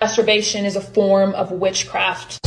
Masturbation is a form of witchcraft.